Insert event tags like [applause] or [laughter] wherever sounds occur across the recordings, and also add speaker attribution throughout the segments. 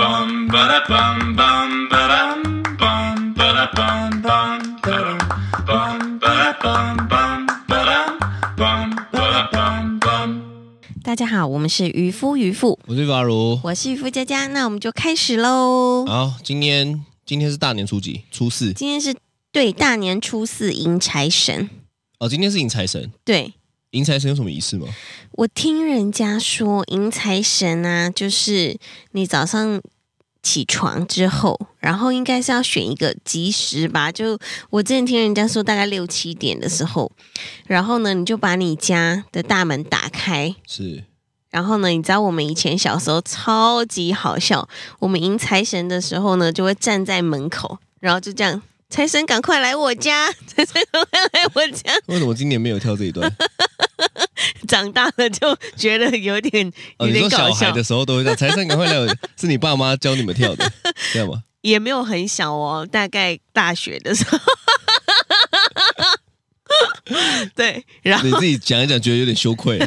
Speaker 1: bum ba da bum bum ba dum bum ba da bum bum ba dum bum ba da bum bum ba dum bum ba da bum bum.
Speaker 2: 大家好，我们是渔夫渔妇，
Speaker 3: 我是法如。
Speaker 2: 我是渔夫佳佳，那我们就开始喽。
Speaker 3: 好，今天今天是大年初几？初四
Speaker 2: 今天是对大年初四迎财神，
Speaker 3: 哦，今天是迎财神。
Speaker 2: 对
Speaker 3: 迎财神有什么仪式吗？
Speaker 2: 我听人家说迎财神啊，就是你早上。起床之后，然后应该是要选一个吉时吧。就我之前听人家说，大概六七点的时候，然后呢，你就把你家的大门打开，
Speaker 3: 是
Speaker 2: 然后呢，你知道我们以前小时候超级好笑，我们迎财神的时候呢，就会站在门口，然后就这样，财神赶快来我家，财神赶快来我家。
Speaker 3: 为什么今年没有跳这一
Speaker 2: [laughs]
Speaker 3: 段？
Speaker 2: 长大了就觉得有点
Speaker 3: 哦，
Speaker 2: 有
Speaker 3: 你
Speaker 2: 点
Speaker 3: 说
Speaker 2: 搞
Speaker 3: 小
Speaker 2: 笑，
Speaker 3: 孩的时候都会这样，财神赶快来我！是你爸妈教你们跳的，这样吗？
Speaker 2: 也没有很小哦，大概大学的时候。 [laughs] 对，然后
Speaker 3: 你自己讲一讲，觉得有点羞
Speaker 2: [laughs]
Speaker 3: 愧。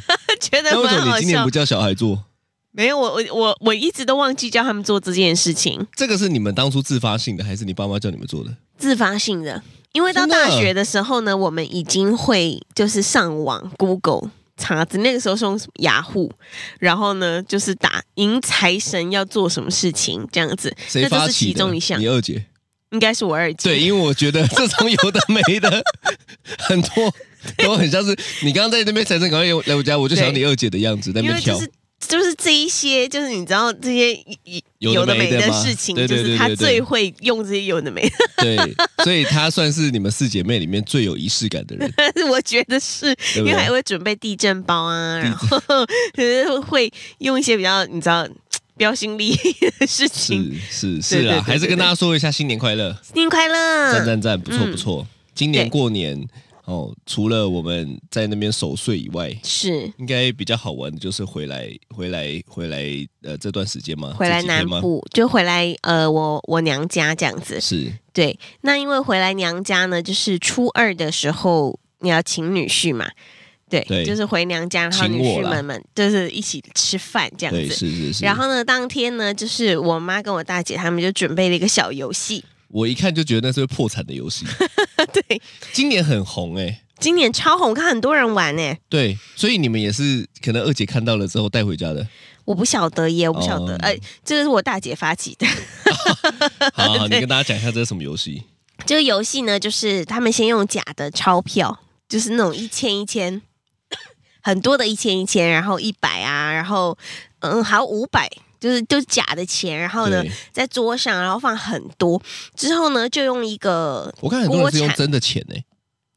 Speaker 2: 觉得
Speaker 3: 那为什
Speaker 2: 蛮
Speaker 3: 么
Speaker 2: 好
Speaker 3: 你今年
Speaker 2: 笑
Speaker 3: 不。叫小孩做？
Speaker 2: 没有，我我我我一直都忘记叫他们做这件事情，
Speaker 3: 这个是你们当初自发性的，还是你爸妈叫你们做的？
Speaker 2: 自发性的。因为到
Speaker 3: 真的
Speaker 2: 大学的时候呢，我们已经会就是上网 Google 查字，那个时候是用雅虎，然后呢就是打迎财神要做什么事情这样子，
Speaker 3: 谁
Speaker 2: 那就
Speaker 3: 发
Speaker 2: 是
Speaker 3: 起
Speaker 2: 其
Speaker 3: 的？
Speaker 2: 中一项
Speaker 3: 你，二姐。
Speaker 2: 应该是我二姐。
Speaker 3: 对，因为我觉得这种有的没的很多都很像是你刚刚在那边财神赶快来我家，我就想到你二姐的样子在那
Speaker 2: 因
Speaker 3: 边
Speaker 2: 为就
Speaker 3: 跳。
Speaker 2: 是就是这一些，就是你知道这些
Speaker 3: 有的
Speaker 2: 的
Speaker 3: 没的
Speaker 2: 的
Speaker 3: 嘛
Speaker 2: 事情，
Speaker 3: 对
Speaker 2: 就
Speaker 3: 对
Speaker 2: 是
Speaker 3: 对
Speaker 2: 他
Speaker 3: 对对
Speaker 2: 最会用这些有的没的。
Speaker 3: [laughs] 对，所以她算是你们四姐妹里面最有仪式感的人，
Speaker 2: 但是我觉得是
Speaker 3: 对
Speaker 2: 因
Speaker 3: 不
Speaker 2: 为还
Speaker 3: 对？
Speaker 2: 会准备地震包啊，然后呃会用一些比较你知道标新立异的事情。对
Speaker 3: 是是是
Speaker 2: 对对
Speaker 3: 啊，还是
Speaker 2: 对
Speaker 3: 跟
Speaker 2: 对
Speaker 3: 大家说一下新年快乐，
Speaker 2: 新年快
Speaker 3: 赞
Speaker 2: 乐！
Speaker 3: 赞赞，不错
Speaker 2: 嗯
Speaker 3: 不错。今年
Speaker 2: 对
Speaker 3: 过年哦，除了我们在那边守岁以外，
Speaker 2: 是
Speaker 3: 应该比较好玩的就是回来回来回来呃这段时间吗？
Speaker 2: 回来
Speaker 3: 这几天
Speaker 2: 南
Speaker 3: 吗
Speaker 2: 部，就回来呃我我娘家这样子。
Speaker 3: 是
Speaker 2: 对，那因为回来娘家呢，就是初二的时候你要请女婿嘛，对，
Speaker 3: 对
Speaker 2: 就是回娘家，然后
Speaker 3: 请
Speaker 2: 女
Speaker 3: 我
Speaker 2: 婿
Speaker 3: 啦
Speaker 2: 们们就是一起吃饭这样
Speaker 3: 对
Speaker 2: 子。
Speaker 3: 是是是。
Speaker 2: 然后呢，当天呢，就是我妈跟我大姐她们就准备了一个小游戏。 [laughs]
Speaker 3: 我一看就觉得那是会破产的游戏。
Speaker 2: 对，
Speaker 3: 今年很红哎、
Speaker 2: 今年超红，看很多人玩呢、
Speaker 3: 对，所以你们也是可能二姐看到了之后带回家
Speaker 2: [laughs]
Speaker 3: 的。
Speaker 2: 我不晓得耶，我不晓得
Speaker 3: 哦，
Speaker 2: 哎、这个是我大姐发起的。 [laughs]
Speaker 3: 好好，
Speaker 2: 对
Speaker 3: 你跟大家讲一下这是什么游戏。
Speaker 2: 这个游戏呢，就是他们先用假的钞票，就是那种一千一千， [coughs] 很多的一千一千，然后一百啊，然后嗯，还有五百，就是都是假的钱，然后呢
Speaker 3: 对，
Speaker 2: 在桌上，然后放很多，之后呢，就用一个
Speaker 3: 我看很多人是
Speaker 2: 锅
Speaker 3: 用
Speaker 2: 铲
Speaker 3: 真的钱哎、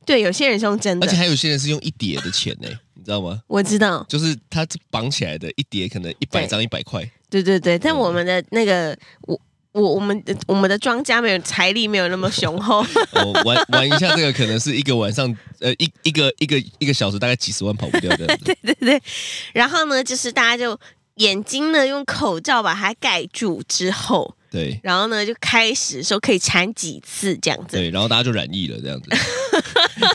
Speaker 2: 对，有些人是用真
Speaker 3: 而且
Speaker 2: 的，
Speaker 3: 还有些人是用一叠的钱
Speaker 2: [laughs]
Speaker 3: 哎、你知道吗？
Speaker 2: 我知道，
Speaker 3: 就是它是绑起来的，一叠可能一百
Speaker 2: 对
Speaker 3: 张一百块。
Speaker 2: 对对对，
Speaker 3: 嗯
Speaker 2: 但我们的那个我。我我们的我们的庄家没有财力没有那么雄
Speaker 3: [laughs]
Speaker 2: 厚，
Speaker 3: 哦，玩玩一下这个可能是一个晚上，呃，一一个一个一个小时大概几十万跑不掉这样子。
Speaker 2: [laughs] 对对，然后呢，就是大家就眼睛呢用口罩把它盖住之后，
Speaker 3: 对
Speaker 2: 然后呢就开始说可以缠几次这样子。
Speaker 3: 对，然后大家就染疫了这
Speaker 2: [laughs]
Speaker 3: 样子，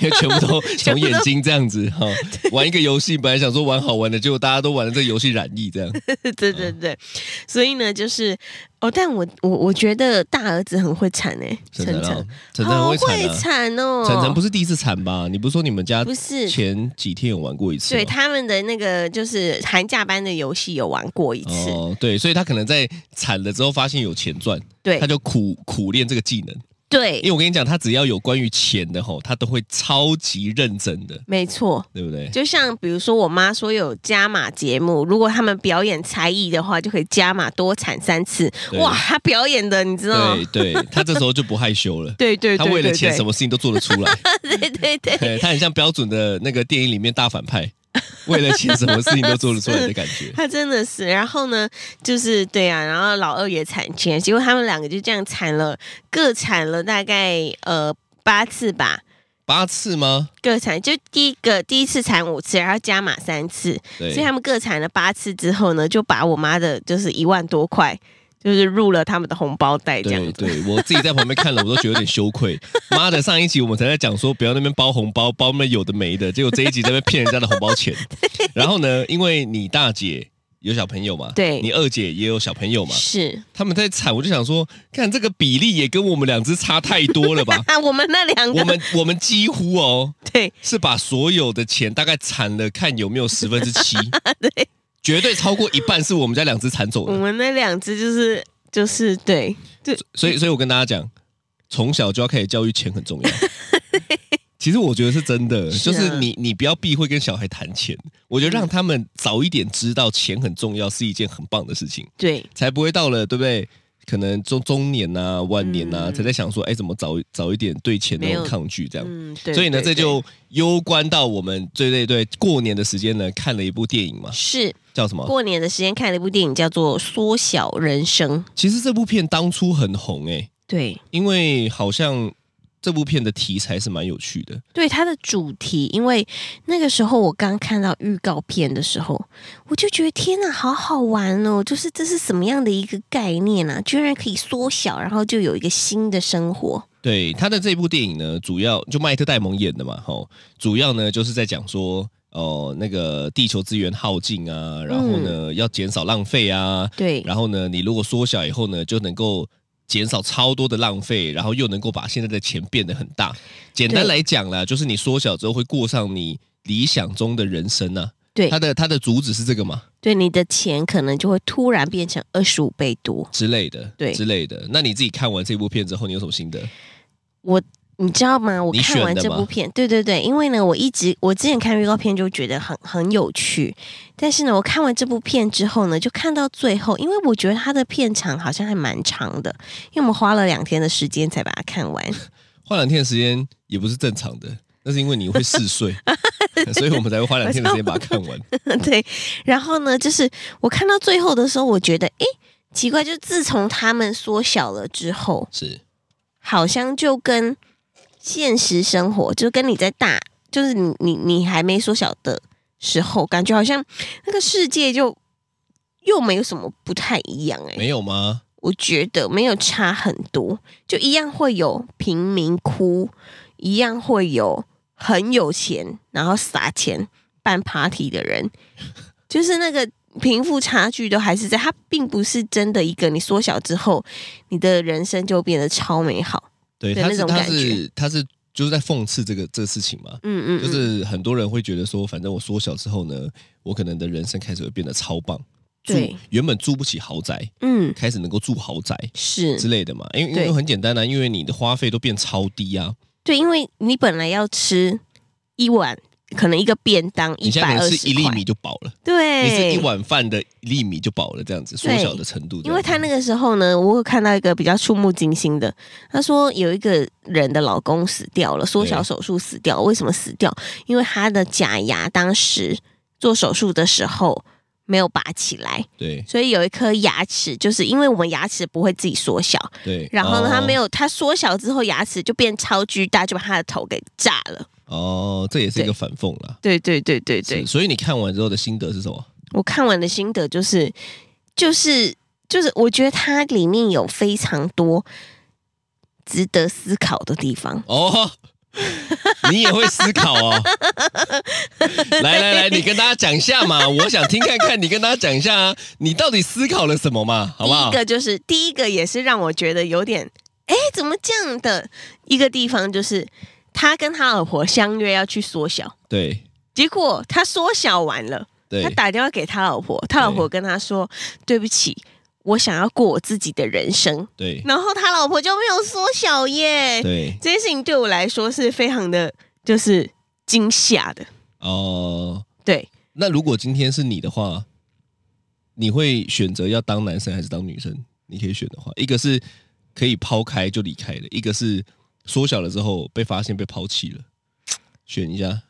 Speaker 3: 因为全部都从眼睛这样子哈、玩一个游戏，本来想说玩好玩的，结果大家都玩了这个游戏染疫这样。
Speaker 2: [laughs] 对对
Speaker 3: 嗯
Speaker 2: 对对，所以呢就是哦，但我我我觉得大儿子很会缠哎、
Speaker 3: 晨
Speaker 2: 晨
Speaker 3: 晨
Speaker 2: 晨，
Speaker 3: 啊晨晨很
Speaker 2: 好
Speaker 3: 会
Speaker 2: 会
Speaker 3: 铲啊。
Speaker 2: 缠哦，
Speaker 3: 晨晨不是第一次铲吧？你不是说你们家
Speaker 2: 不是
Speaker 3: 前几天有玩过一次吗？
Speaker 2: 对他们的那个就是寒假班的游戏有玩过一次，
Speaker 3: 哦，对，所以他可能在铲了之后发现有钱赚，
Speaker 2: 对
Speaker 3: 他就苦苦练这个技能。因
Speaker 2: 对，
Speaker 3: 为我跟你讲，他只要有关于钱的吼，他都会超级认真的，
Speaker 2: 没错。
Speaker 3: 对不对？
Speaker 2: 就像比如说，我妈说有加码节目，如果他们表演才艺的话，就可以加码多产三次。
Speaker 3: 对
Speaker 2: 哇，她表演的你知道吗？。
Speaker 3: 对对，他这时候就不害羞了
Speaker 2: 哦对对对，
Speaker 3: 他为了钱，什
Speaker 2: 么？
Speaker 3: 么事情都做得出来。
Speaker 2: [laughs] 对对
Speaker 3: [laughs]
Speaker 2: 对对，
Speaker 3: 对他很像标准的那个电影里面大反派，为了钱什么事情都做得出来的感
Speaker 2: [laughs]
Speaker 3: 觉。
Speaker 2: 她真的是。然后呢，就是对啊，然后老二也产钱，结果他们两个就这样产了，各产了大概呃八次吧，
Speaker 3: 八次吗？
Speaker 2: 各产就第一个第一次产五次，然后加码三次，
Speaker 3: 对，
Speaker 2: 所以他们各产了八次之后呢，就把我妈的就是一万多块，就是入了他们的红包袋这样
Speaker 3: 对
Speaker 2: 子。
Speaker 3: 对，我自己在旁边看了，我都觉得有点羞愧。妈的，上一集我们才在讲说不要那边包红包，包
Speaker 2: [laughs]
Speaker 3: 那边有的没的，结果这一集在那边骗人家的红包钱。然后呢，因为你大姐有小朋友嘛，
Speaker 2: 对
Speaker 3: 你二姐也有小朋友嘛，
Speaker 2: 是
Speaker 3: 他们在惨，我就想说，看这个比例也跟我们两只差太多
Speaker 2: [laughs]？
Speaker 3: 了吧
Speaker 2: 啊，我们那两个，
Speaker 3: 我们我们几乎哦，
Speaker 2: 对
Speaker 3: 是把所有的钱大概惨了，看有没有十分之七，
Speaker 2: [laughs] 对，
Speaker 3: 绝对超过一半是我们家两只惨走
Speaker 2: 我
Speaker 3: 的。
Speaker 2: 们那两只就是就是对，
Speaker 3: 所以，所以我跟大家讲，从小就要开始教育钱很
Speaker 2: [laughs]
Speaker 3: 重要。其实我觉得是真的，
Speaker 2: 是
Speaker 3: 就
Speaker 2: 啊
Speaker 3: 是你你不要避讳跟小孩谈钱，我觉得让他们早一点知道钱很重要是一件很棒的事情。
Speaker 2: 对
Speaker 3: 才不会到了，对不对？可能中中年呐、晚年呐、
Speaker 2: 嗯
Speaker 3: 才在想说，哎，怎么早早一点对钱那
Speaker 2: 没
Speaker 3: 种
Speaker 2: 有
Speaker 3: 抗拒这样。
Speaker 2: 嗯对，
Speaker 3: 所以呢，
Speaker 2: 对
Speaker 3: 这就攸关到我们对对对过年的时间呢，看了一部电影嘛
Speaker 2: 对，是
Speaker 3: 叫什么？
Speaker 2: 过年的时间看了一部电影，叫做《缩小人生》。
Speaker 3: 其实这部片当初很红哎诶、
Speaker 2: 对，
Speaker 3: 因为好像这部片的题材是蛮有趣的，
Speaker 2: 对它的主题，因为那个时候我刚看到预告片的时候，我就觉得天呐，好好玩哦！就是这是什么样的一个概念啊？居然可以缩小，然后就有一个新的生活。
Speaker 3: 对他的这部电影呢，主要就麦特戴蒙演的嘛，吼，主要呢就是在讲说，哦、那个地球资源耗尽啊，然后呢、
Speaker 2: 嗯
Speaker 3: 要减少浪费啊，
Speaker 2: 对，
Speaker 3: 然后呢，你如果缩小以后呢，就能够减少超多的浪费，然后又能够把现在的钱变得很大。简单
Speaker 2: 对
Speaker 3: 来讲啦，就是你缩小之后会过上你理想中的人生啊。
Speaker 2: 对
Speaker 3: 它的它的主旨是这个嘛
Speaker 2: 对，你的钱可能就会突然变成二十五倍多。
Speaker 3: 之类的，
Speaker 2: 对
Speaker 3: 之类的。那你自己看完这部片之后，你有什么心得？
Speaker 2: 我你知道吗？我
Speaker 3: 你选
Speaker 2: 看完
Speaker 3: 的
Speaker 2: 这
Speaker 3: 吗
Speaker 2: 部片，对对对，因为呢，我一直我之前看预告片就觉得很很有趣，但是呢，我看完这部片之后呢，就看到最后，因为我觉得它的片长好像还蛮长的，因为我们花了两天的时间才把它看完。 [laughs]
Speaker 3: 花两天的时间也不是正常的，那是因为你会
Speaker 2: [laughs]
Speaker 3: 嗜睡，所以我们才会花两天的时间把它看完。
Speaker 2: 对，然后呢，就是我看到最后的时候，我觉得诶，奇怪，就自从他们缩小了之后，
Speaker 3: 是
Speaker 2: 好像就跟现实生活，就跟你在大，就是你你你还没缩小的时候，感觉好像那个世界就又没有什么不太一样哎、
Speaker 3: 没有吗？
Speaker 2: 我觉得没有差很多，就一样会有贫民窟，一样会有很有钱然后撒钱办 party 的人，就是那个贫富差距都还是在，它并不是真的一个你缩小之后，你的人生就变得超美好。
Speaker 3: 对，
Speaker 2: 对
Speaker 3: 他
Speaker 2: 那
Speaker 3: 是
Speaker 2: 种
Speaker 3: 他
Speaker 2: 感
Speaker 3: 是他是就是在讽刺这个这个事情嘛。
Speaker 2: 嗯嗯，嗯
Speaker 3: 就是很多人会觉得说，反正我缩小之后呢，我可能的人生开始会变得超棒，住
Speaker 2: 对，
Speaker 3: 原本住不起豪宅，
Speaker 2: 嗯
Speaker 3: 开始能够住豪宅之
Speaker 2: 是
Speaker 3: 类的嘛，因为因
Speaker 2: 对
Speaker 3: 为很简单啊，因为你的花费都变超低啊，
Speaker 2: 对，因为你本来要吃一碗，可能一个便当
Speaker 3: 你
Speaker 2: 一
Speaker 3: 现在
Speaker 2: 百
Speaker 3: 可
Speaker 2: 二
Speaker 3: 能吃一
Speaker 2: 十
Speaker 3: 粒
Speaker 2: 块，
Speaker 3: 米就饱了，
Speaker 2: 对，
Speaker 3: 你是一碗饭的一粒米就饱了，这样子缩
Speaker 2: 对
Speaker 3: 小的程度这样子，
Speaker 2: 因为他那个时候呢，我有看到一个比较触目惊心的，他说有一个人的老公死掉了，缩小手术死掉，为什么死掉？因为他的假牙当时做手术的时候没有拔起来，
Speaker 3: 对
Speaker 2: 所以有一颗牙齿，就是因为我们牙齿不会自己缩小，
Speaker 3: 对，
Speaker 2: 然后呢，他
Speaker 3: 哦
Speaker 2: 没有，他缩小之后牙齿就变超巨大，就把他的头给炸了。
Speaker 3: 哦，这也是一个反讽啦。
Speaker 2: 对对对对
Speaker 3: 是，所以你看完之后的心得是什么？
Speaker 2: 我看完的心得就是，就是就是，我觉得它里面有非常多值得思考的地方。
Speaker 3: 哦， [laughs] 你也会思考
Speaker 2: [laughs]
Speaker 3: 哦。来来来，你跟大家讲一下嘛，我想听看看你跟大家讲一下、啊，你到底思考了什么嘛，好不好
Speaker 2: 第一？个就是第一个也是让我觉得有点，哎，怎么这样的一个地方，就是他跟他老婆相约要去缩小，
Speaker 3: 对
Speaker 2: 结果他缩小完了，他
Speaker 3: 对
Speaker 2: 打电话给他老婆，他老婆跟他说：“对不起，我想要过我自己的人生。”
Speaker 3: 对
Speaker 2: 然后他老婆就没有缩小耶。
Speaker 3: 对，
Speaker 2: 这件事情对我来说是非常的，就是惊吓的。
Speaker 3: 哦、
Speaker 2: 对，
Speaker 3: 那如果今天是你的话，你会选择要当男生还是当女生？你可以选的话，一个是可以抛开就离开了，一个是缩小了之后被发现被抛弃了，选一下。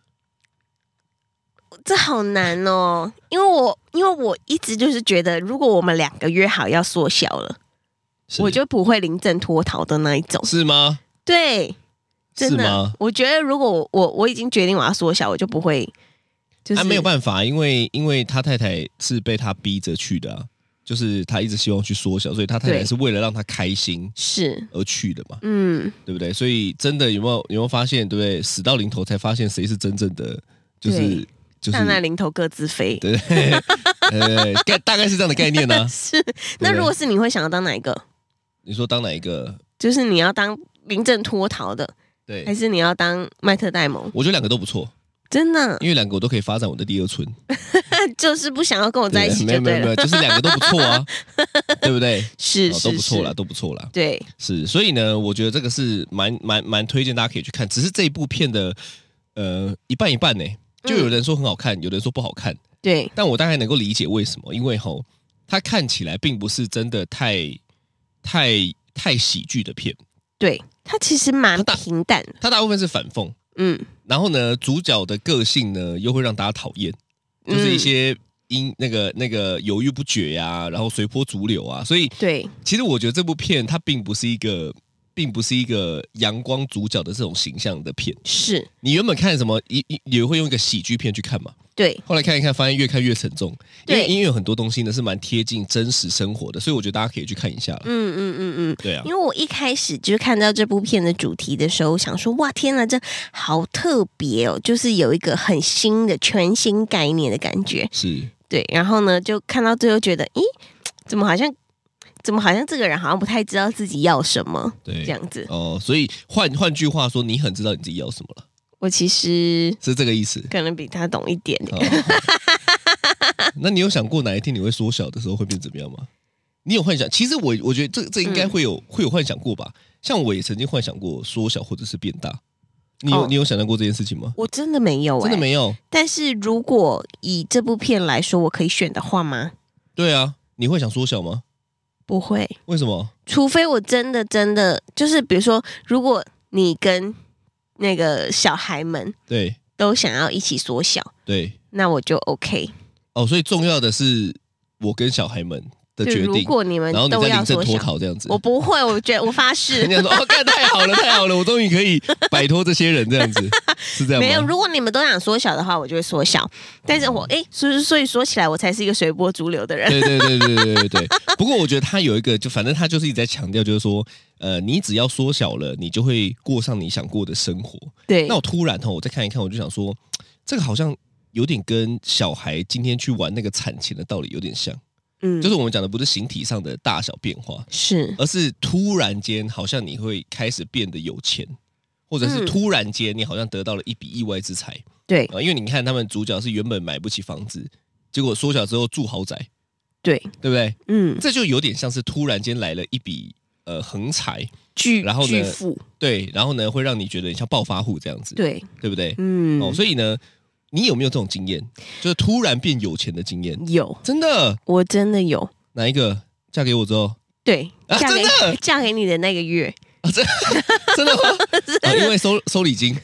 Speaker 2: 这好难哦，因为我因为我一直就是觉得，如果我们两个约好要缩小了，
Speaker 3: 是
Speaker 2: 我就不会临阵脱逃的那一种。
Speaker 3: 是吗？
Speaker 2: 对，真
Speaker 3: 是吗
Speaker 2: 的，我觉得如果我我我已经决定我要缩小，我就不会，就是、
Speaker 3: 啊他没有办法，因为因为他太太是被他逼着去的、啊，就是他一直希望去缩小，所以他太太
Speaker 2: 对
Speaker 3: 是为了让他开心
Speaker 2: 是，
Speaker 3: 而去的嘛，
Speaker 2: 嗯，
Speaker 3: 对不对？所以真的有没有有没有发现，对不对？死到临头才发现谁是真正的，就是就是
Speaker 2: 大难临头各自飞。。
Speaker 3: 对，呃，概大概是这样的概念呢、啊
Speaker 2: 是，那如果是你会想要当哪一个？
Speaker 3: 你说当哪一个？
Speaker 2: 就是你要当临阵脱逃的，
Speaker 3: 对
Speaker 2: 还，是你要当麦特戴蒙？
Speaker 3: 我觉得两个都不错，
Speaker 2: 真的
Speaker 3: 因为两个我都可以发展我的第二春。
Speaker 2: 就是不想要跟我在一起
Speaker 3: 没有
Speaker 2: 就
Speaker 3: 没
Speaker 2: 对
Speaker 3: 有没
Speaker 2: 了，
Speaker 3: 有，就是两个都不
Speaker 2: [laughs]
Speaker 3: 错啊，对不对？
Speaker 2: 是
Speaker 3: 哦
Speaker 2: 是
Speaker 3: 都不错啦，
Speaker 2: 是
Speaker 3: 都不错啦。
Speaker 2: 对，
Speaker 3: 是，所以呢，我觉得这个是蛮蛮蛮推荐大家可以去看，只是这一部片的呃一半一半呢、就有人说很好看，有人说不好看，
Speaker 2: 对，
Speaker 3: 但我大概能够理解为什么，因为吼，它看起来并不是真的太太太喜剧的片，
Speaker 2: 对，它其实蛮
Speaker 3: 它大
Speaker 2: 平淡的，
Speaker 3: 它大部分是反讽，
Speaker 2: 嗯，
Speaker 3: 然后呢，主角的个性呢又会让大家讨厌，就是一
Speaker 2: 嗯
Speaker 3: 些因那个那个犹豫不决呀、然后随波逐流啊，所以
Speaker 2: 对，
Speaker 3: 其实我觉得这部片它并不是一个，并不是一个阳光主角的这种形象的片。
Speaker 2: 是，
Speaker 3: 你原本看什么，也也也会用一个喜剧片去看嘛。
Speaker 2: 对，
Speaker 3: 后来看一看，发现越看越沉重。因为
Speaker 2: 对
Speaker 3: 因为有很多东西呢是蛮贴近真实生活的，所以我觉得大家可以去看一下了。
Speaker 2: 嗯嗯嗯嗯。
Speaker 3: 对啊
Speaker 2: 因，为我一开始就是看到这部片的主题的时候，我想说哇天呐，这好特别哦，就是有一个很新的全新概念的感觉。
Speaker 3: 是
Speaker 2: 对，然后呢，就看到最后觉得，咦，怎么好像，怎么好像这个人好像不太知道自己要什么
Speaker 3: 对
Speaker 2: 这样子。
Speaker 3: 哦，所以换换句话说，你很知道你自己要什么了，
Speaker 2: 我其实
Speaker 3: 是这个意思。
Speaker 2: 可能比他懂一点点。
Speaker 3: 哦啊 [laughs] 那你有想过哪一天你会缩小的时候会变怎么样吗？你有幻想？其实我我觉得这这应该会有、
Speaker 2: 嗯
Speaker 3: 会有幻想过吧。像我也曾经幻想过缩小或者是变大。你有、
Speaker 2: 哦
Speaker 3: 你有想到过这件事情吗？
Speaker 2: 我真的没有、欸，
Speaker 3: 真的。没有。
Speaker 2: 但是如果以这部片来说，我可以选的话吗？
Speaker 3: 对啊，你会想缩小吗？
Speaker 2: 不会，
Speaker 3: 为什么？
Speaker 2: 除非我真的真的就是，比如说，如果你跟那个小孩们
Speaker 3: 对
Speaker 2: 都想要一起缩小，
Speaker 3: 对
Speaker 2: 那我就 OK。
Speaker 3: 哦，所以重要的是我跟小孩们的
Speaker 2: 就
Speaker 3: 决
Speaker 2: 如
Speaker 3: 定，
Speaker 2: 果你们
Speaker 3: 然后你
Speaker 2: 都
Speaker 3: 再
Speaker 2: 要
Speaker 3: 临阵
Speaker 2: 缩
Speaker 3: 脱
Speaker 2: 小，
Speaker 3: 逃这样子。 [laughs]
Speaker 2: 我不会，我觉得我发誓
Speaker 3: 人。家说哦，干太好了，太好了，我终于可以摆脱这些人
Speaker 2: [laughs]
Speaker 3: 这样子，是这样吗？
Speaker 2: 没有，如果你们都想缩小的话，我就会缩小。但是我哎，所以所以说起来，我才是一个随波逐流的人。
Speaker 3: 对对对对对对对。不过我觉得他有一个，就反正他就是一直在强调，就是说，呃，你只要缩小了，你就会过上你想过的生活。
Speaker 2: 对
Speaker 3: 那我突然哈，哦我再看一看，我就想说，这个好像有点跟小孩今天去玩那个产前的道理有点像，
Speaker 2: 嗯，
Speaker 3: 就是我们讲的不是形体上的大小变化，
Speaker 2: 是
Speaker 3: 而是突然间好像你会开始变得有钱。或者是
Speaker 2: 嗯
Speaker 3: 突然间，你好像得到了一笔意外之财
Speaker 2: 对
Speaker 3: 啊、因为你看他们主角是原本买不起房子，结果缩小之后住豪宅，
Speaker 2: 对，
Speaker 3: 对不对？
Speaker 2: 嗯，
Speaker 3: 这就有点像是突然间来了一笔呃横财，
Speaker 2: 巨
Speaker 3: 然后呢
Speaker 2: 巨富，
Speaker 3: 对，然后呢会让你觉得你像暴发户这样子，
Speaker 2: 对，
Speaker 3: 对不对？
Speaker 2: 嗯，
Speaker 3: 哦，所以呢，你有没有这种经验，就是突然变有钱的经验？
Speaker 2: 有，
Speaker 3: 真的，
Speaker 2: 我真的有。
Speaker 3: 哪一个嫁给我之后，
Speaker 2: 对，
Speaker 3: 啊
Speaker 2: 嫁给、
Speaker 3: 真的
Speaker 2: [laughs] 嫁给你的那个月， [laughs]
Speaker 3: [laughs] 真的吗？啊、因为收收礼金，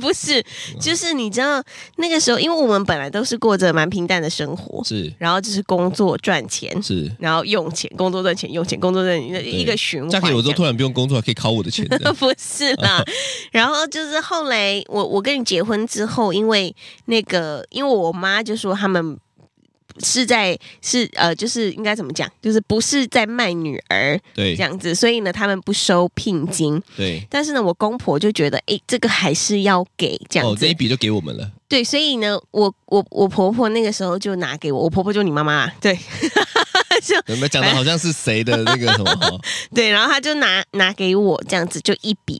Speaker 2: 不是，
Speaker 3: 嗯
Speaker 2: 就是你知道那个时候，因为我们本来都是过着蛮平淡的生活，
Speaker 3: 是
Speaker 2: 然后就是工作赚钱， [laughs]
Speaker 3: 是，
Speaker 2: 然后用钱，工作赚钱，用钱，工作赚钱，一个循环这
Speaker 3: 嫁
Speaker 2: 样。
Speaker 3: 给我之后突啊然不用工作，还可以考我的钱，
Speaker 2: [laughs]
Speaker 3: 这样
Speaker 2: 不是啦，然后就是后来我我跟你结婚之后，因为那个因为我妈就说他们是在是呃，就是应该怎么讲，就是不是在卖女儿
Speaker 3: 对
Speaker 2: 这样子，所以呢他们不收聘金。
Speaker 3: 对，
Speaker 2: 但是呢，我公婆就觉得诶，这个还是要给这样
Speaker 3: 哦，
Speaker 2: 子。
Speaker 3: 这一笔就给我们了，
Speaker 2: 对，所以呢，我我我婆婆那个时候就拿给我，我婆婆就你妈妈啦，对 [laughs]
Speaker 3: 有没有讲的好像是谁的那个什
Speaker 2: [laughs]
Speaker 3: 么？哦哈
Speaker 2: 对，然后她就拿拿给我这样子，就一笔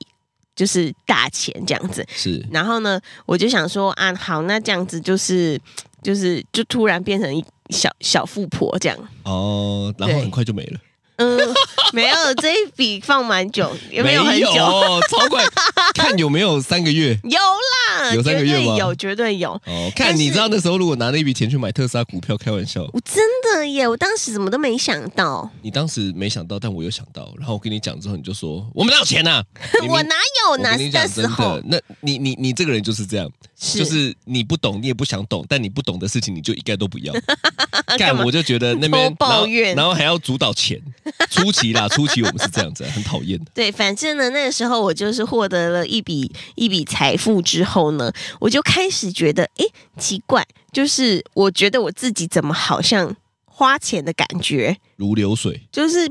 Speaker 2: 就是大钱这样子。
Speaker 3: 是
Speaker 2: 然后呢，我就想说啊，好，那这样子就是就是就突然变成一小小富婆这样。
Speaker 3: 哦，然后
Speaker 2: 对
Speaker 3: 很快就没了。
Speaker 2: 嗯，
Speaker 3: [laughs]
Speaker 2: 没有这一笔放蛮久，也没有很久，有
Speaker 3: 有超快，看有没有三个
Speaker 2: [laughs]
Speaker 3: 月。
Speaker 2: 啦，
Speaker 3: 有三个
Speaker 2: 绝
Speaker 3: 月
Speaker 2: 对
Speaker 3: 吗
Speaker 2: 有，绝对有。
Speaker 3: 哦，
Speaker 2: 但
Speaker 3: 看
Speaker 2: 是
Speaker 3: 你知道那时候如果拿那笔钱去买特斯拉股票，开玩笑，
Speaker 2: 我真的耶，我当时怎么都没想到，
Speaker 3: 你当时没想到，但我有想到。然后我跟你讲之后，你就说我们哪有
Speaker 2: [laughs]
Speaker 3: 钱呐、明明
Speaker 2: 我哪有
Speaker 3: 我
Speaker 2: 哪
Speaker 3: 跟你
Speaker 2: 那
Speaker 3: 讲
Speaker 2: 时
Speaker 3: 真
Speaker 2: 候
Speaker 3: 的，那你你你这个人就是这样，
Speaker 2: 是
Speaker 3: 就是你不懂，你也不想懂，但你不懂的事情你就一概都不
Speaker 2: [laughs]
Speaker 3: 要。干
Speaker 2: 嘛，
Speaker 3: 我就觉得那边
Speaker 2: 多抱怨
Speaker 3: 然后，然后还要主导钱。初期啦，初期我们是这样子，很讨厌的。
Speaker 2: 对，反正呢，那个时候我就是获得了一笔一笔财富之后呢，我就开始觉得，诶，奇怪，就是我觉得我自己怎么好像花钱的感觉，
Speaker 3: 如流水，
Speaker 2: 就是。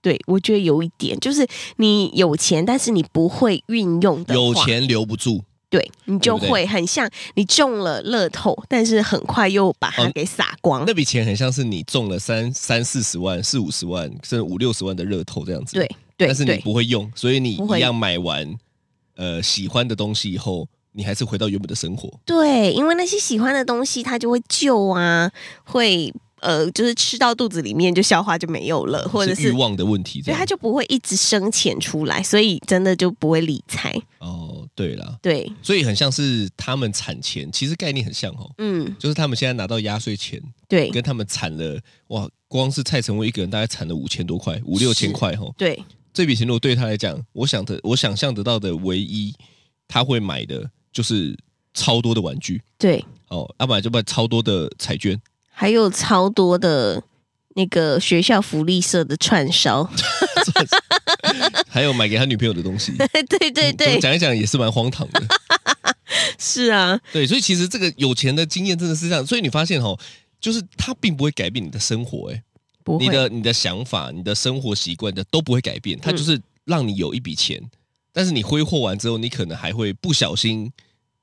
Speaker 2: 对，我觉得有一点，就是你有钱，但是你不会运用的话
Speaker 3: 有钱留不住，
Speaker 2: 对你就
Speaker 3: 对不对
Speaker 2: 会很像你中了乐透，但是很快又把它
Speaker 3: 哦
Speaker 2: 给撒光。
Speaker 3: 那笔钱很像是你中了三三四十万、四五十万，甚至五六十万的热透这样子。
Speaker 2: 对对
Speaker 3: 但是你
Speaker 2: 对
Speaker 3: 不会用，所以你
Speaker 2: 不会
Speaker 3: 一样买完呃喜欢的东西以后，你还是回到原本的生活。
Speaker 2: 对，因为那些喜欢的东西它就会旧啊，会呃，就是吃到肚子里面就消化就没有了，或者
Speaker 3: 欲
Speaker 2: 是。
Speaker 3: 望的问题这
Speaker 2: 所以
Speaker 3: 样，
Speaker 2: 它就不会一直生钱出来，所以真的就不会理财。
Speaker 3: 哦，对啦，
Speaker 2: 对，
Speaker 3: 所以很像是他们产钱，其实概念很像哦，
Speaker 2: 嗯，
Speaker 3: 就是他们现在拿到压岁钱，
Speaker 2: 对，
Speaker 3: 跟他们产了哇，光是蔡成威一个人大概产了五千多块，五六千块哦，
Speaker 2: 对，
Speaker 3: 这笔钱如果对他来讲，我想的我想象得到的唯一他会买的就是超多的玩具
Speaker 2: 对，
Speaker 3: 哦，要、不然就买超多的彩
Speaker 2: [laughs]
Speaker 3: 券，
Speaker 2: 还有超多的那个学校福利社的串
Speaker 3: [laughs]
Speaker 2: 烧。
Speaker 3: 还有买给他女朋友的东西。
Speaker 2: 对 [laughs] 对
Speaker 3: 嗯怎么
Speaker 2: 对，
Speaker 3: 讲一讲也是蛮荒唐
Speaker 2: [laughs]
Speaker 3: 的。
Speaker 2: 是啊，
Speaker 3: 对，所以其实这个有钱的经验真的是这样，所以你发现哦，就是它并不会改变你的生活、哎，
Speaker 2: 不
Speaker 3: 你
Speaker 2: 会，嗯
Speaker 3: 的你的想法、你的生活习惯的都不会改变，它就是让你有一笔钱，但是你挥霍完之后，你可能还会不小心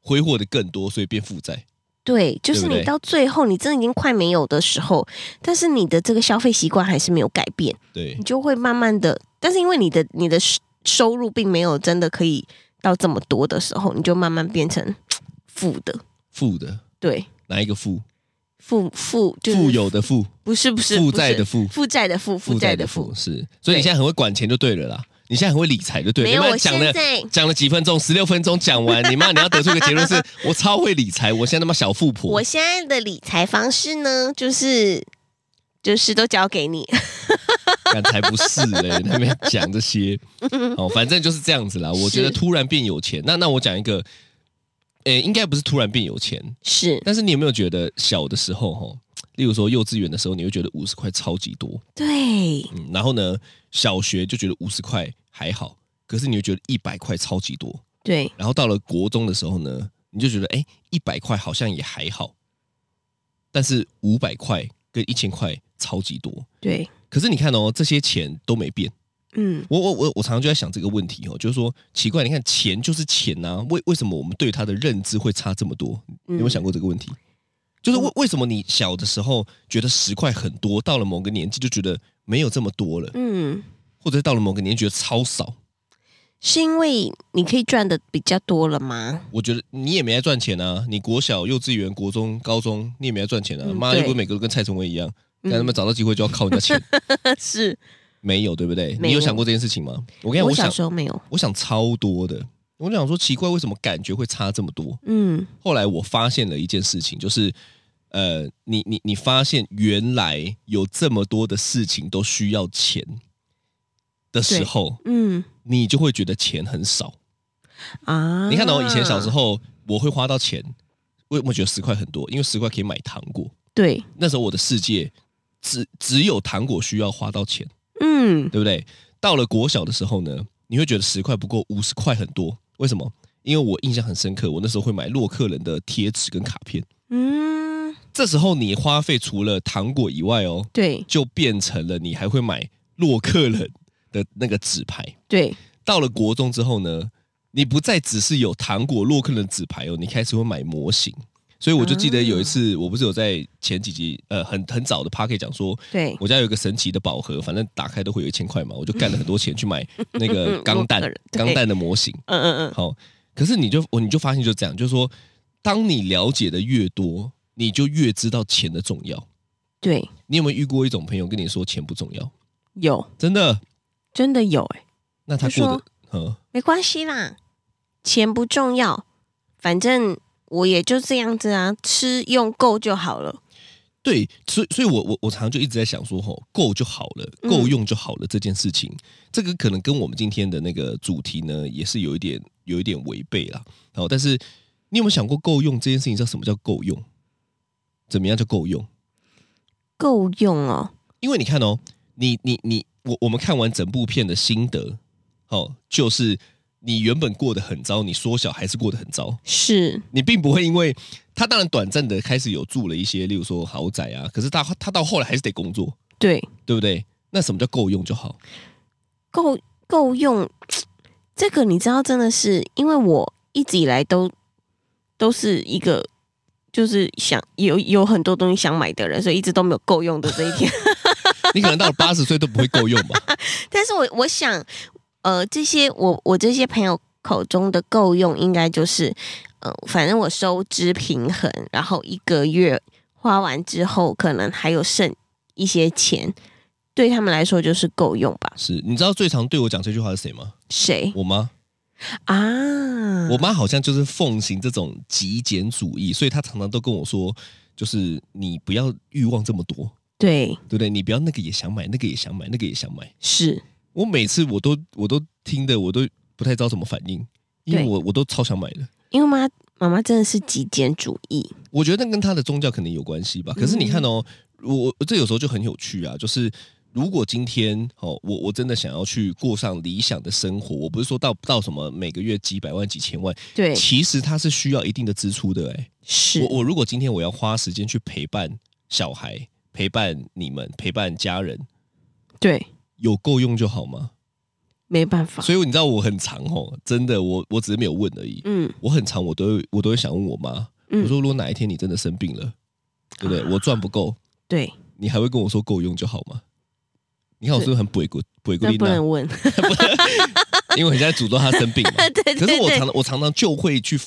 Speaker 3: 挥霍的更多，所以变负债。
Speaker 2: 对，就
Speaker 3: 对
Speaker 2: 是
Speaker 3: 不
Speaker 2: 你
Speaker 3: 对
Speaker 2: 到最后你真的已经快没有的时候，但是你的这个消费习惯还是没有改变，
Speaker 3: 对
Speaker 2: 你，就会慢慢的，但是因为你的你的收收入并没有真的可以到这么多的时候，你就慢慢变成负的，
Speaker 3: 负的
Speaker 2: 对，
Speaker 3: 哪一个负？
Speaker 2: 负负就是
Speaker 3: 富有的富，
Speaker 2: 不是不是
Speaker 3: 负
Speaker 2: 不
Speaker 3: 债
Speaker 2: 是
Speaker 3: 的负
Speaker 2: 负债的负负债的负
Speaker 3: 负，是，所以你现在很会管钱就对了啦，你现在很会理财就对了。
Speaker 2: 没有
Speaker 3: 你妈
Speaker 2: 我
Speaker 3: 讲
Speaker 2: 现
Speaker 3: 了
Speaker 2: 在
Speaker 3: 讲了几分钟，十六分钟讲完，你妈你要得出一个结
Speaker 2: [laughs]
Speaker 3: 论是，我超会理财，我现在他妈小富婆。
Speaker 2: 我现在的理财方式呢，就是就是都交给你，
Speaker 3: 干才不是
Speaker 2: [laughs]
Speaker 3: 嘞，那边讲这些，哦，反正就是这样子啦。我觉得
Speaker 2: 是
Speaker 3: 突然变有钱，那那我讲一个，诶、应该不是突然变有钱，
Speaker 2: [laughs] 是
Speaker 3: 但是你有没有觉得小的时候，哈，例如说幼稚园的时候，你会觉得五十块超级多，
Speaker 2: 对，
Speaker 3: 嗯，然后呢，小学就觉得五十块还好，可是你会觉得一百块超级多，
Speaker 2: 对，
Speaker 3: 然后到了国中的时候呢，你就觉得诶，一百块好像也还好，但是五百块跟一千块超级多。
Speaker 2: 对，
Speaker 3: 可是你看哦，这些钱都没变。
Speaker 2: 嗯，
Speaker 3: 我我我我常常就在想这个问题哦，就是说奇怪，你看钱就是钱呐、为为什么我们对它的认知会差这么多？你有没有想过这个问题？就是为为什么你小的时候觉得十块很多，到了某个年纪就觉得没有这么多了，
Speaker 2: 嗯，
Speaker 3: 或者到了某个年纪觉得超少？
Speaker 2: 是因为你可以赚的比较多了
Speaker 3: [laughs]
Speaker 2: 吗？
Speaker 3: 我觉得你也没在赚钱啊，你国小、幼稚园、国中、高中，你也没在赚钱啊。
Speaker 2: 嗯
Speaker 3: 妈，
Speaker 2: 对
Speaker 3: 如果每个都跟蔡崇文一样，
Speaker 2: 嗯
Speaker 3: 让他们找到机会就要靠人家
Speaker 2: [laughs]
Speaker 3: 钱，
Speaker 2: 是
Speaker 3: 没有对不对？
Speaker 2: 没有
Speaker 3: 你有想过这件事情吗？我跟你讲，
Speaker 2: 我
Speaker 3: 我
Speaker 2: 小
Speaker 3: 想
Speaker 2: 时候没有，
Speaker 3: 我想超多的。我就想说奇怪，为什么感觉会差这么多？
Speaker 2: 嗯，
Speaker 3: 后来我发现了一件事情，就是呃，你你你发现原来有这么多的事情都需要钱的时候，
Speaker 2: 嗯
Speaker 3: 你就会觉得钱很少。
Speaker 2: 啊，
Speaker 3: 你看到、我以前小时，候，我会花到钱，为什么觉得十块很多？因为十块可以买糖果。
Speaker 2: 对，
Speaker 3: 那时候我的世界只只有糖果需要花到钱，
Speaker 2: 嗯，
Speaker 3: 对不对？到了国小的时候呢，你会觉得十块不够，五十块很多。为什么？因为我印象很深刻，我那时候会买洛克人的贴纸跟卡片。
Speaker 2: 嗯，
Speaker 3: 这时候你花费除了糖果以外哦，
Speaker 2: 对
Speaker 3: 就变成了你还会买洛克人的那个纸牌。
Speaker 2: 对，
Speaker 3: 到了国中之后呢，你不再只是有糖果洛克人纸牌哦，你开始会买模型。所以我就记得有一
Speaker 2: 啊
Speaker 3: 次，我不是有在前几集呃很很早的 p a r k 讲说，
Speaker 2: 对，
Speaker 3: 我家有一个神奇的宝盒，反正打开都会有一千块嘛，我就干了很多钱去买那个
Speaker 2: [laughs]
Speaker 3: 钢
Speaker 2: 洛克
Speaker 3: 弹
Speaker 2: 人对
Speaker 3: 钢弹的模型。
Speaker 2: 嗯嗯嗯，
Speaker 3: 好，可是你就我你就发现就这样，就是说，当你了解的越多，你就越知道钱的重要。
Speaker 2: 对，
Speaker 3: 你有没有遇过一种朋友跟你说钱不重要？
Speaker 2: 有，
Speaker 3: 真的？
Speaker 2: 真的有、哎，
Speaker 3: 那他
Speaker 2: 你说
Speaker 3: 过得嗯，
Speaker 2: 没关系啦，钱不重要，反正我也就这样子啊，吃用够就好了。
Speaker 3: 对，所以所以我我我常常就一直在想说，吼，够就好了，
Speaker 2: 嗯
Speaker 3: 够用就好了这件事情，这个可能跟我们今天的那个主题呢，也是有一点有一点违背啦。然后，但是你有没有想过够用这件事情，叫什么叫够用？怎么样叫够用？
Speaker 2: 够用哦，
Speaker 3: 因为你看哦，你你你，我我们看完整部片的心得，哦，就是你原本过得很糟，你缩小还是过得很糟，
Speaker 2: 是，
Speaker 3: 你并不会因为他当然短暂的开始有住了一些，例如说豪宅啊，可是他他到后来还是得工作，
Speaker 2: 对，
Speaker 3: 对不对？那什么叫够用就好？ [laughs]
Speaker 2: 够够用。这个你知道，真的是因为我一直以来都都是一个就是想有有很多东西想买的人，所以一直都没有够用的这一天。
Speaker 3: 你可能到了八十岁都不会够用吧？
Speaker 2: 但是我我想，呃，这些我我这些朋友口中的够用，应该就是，呃，反正我收支平衡，然后一个月花完之后，可能还有剩一些钱，对他们来说就是够用吧？
Speaker 3: 是你知道最常对我讲这句话是谁吗？
Speaker 2: 谁
Speaker 3: 我妈，
Speaker 2: 啊？
Speaker 3: 我妈好像就是奉行这种极简主义，所以她常常都跟我说，就是你不要欲望这么多，
Speaker 2: 对
Speaker 3: 对不对？你不要那个也想买，那个也想买，那个也想买。
Speaker 2: 是，
Speaker 3: 我每次我都我都听的，我都不太知道怎么反应，因为
Speaker 2: 对
Speaker 3: 我我都超想买的。
Speaker 2: 因为妈妈妈真的是极简主义，
Speaker 3: 我觉得那跟他的宗教可能有关系
Speaker 2: 嗯
Speaker 3: 吧。可是你看哦，我我这有时候就很有趣啊，就是如果今天哦，我我真的想要去过上理想的生活，我不是说到到什么每个月几百万几千万，
Speaker 2: 对
Speaker 3: 其实它是需要一定的支出的、欸。
Speaker 2: 是
Speaker 3: 我我如果今天我要花时间去陪伴小孩、陪伴你们、陪伴家人，
Speaker 2: 对，
Speaker 3: 有够用就好吗？
Speaker 2: 没办法，
Speaker 3: 所以你知道我很长哦，真的，我我只是没有问而已。
Speaker 2: 嗯
Speaker 3: 我很常我都会我都会想问我妈，
Speaker 2: 嗯啊
Speaker 3: 我说如果哪一天你真的生病了，对不对？我赚不够，
Speaker 2: 对，
Speaker 3: 你还会跟我说够用就好吗？你看我是不是很不鬼不
Speaker 2: 那
Speaker 3: 鬼
Speaker 2: 不
Speaker 3: 姑
Speaker 2: 能
Speaker 3: 呢？
Speaker 2: 问，
Speaker 3: 啊
Speaker 2: [laughs]
Speaker 3: 因为我现在诅咒她生病嘛。
Speaker 2: 对对
Speaker 3: 可是我
Speaker 2: 对
Speaker 3: 常我常常就会去，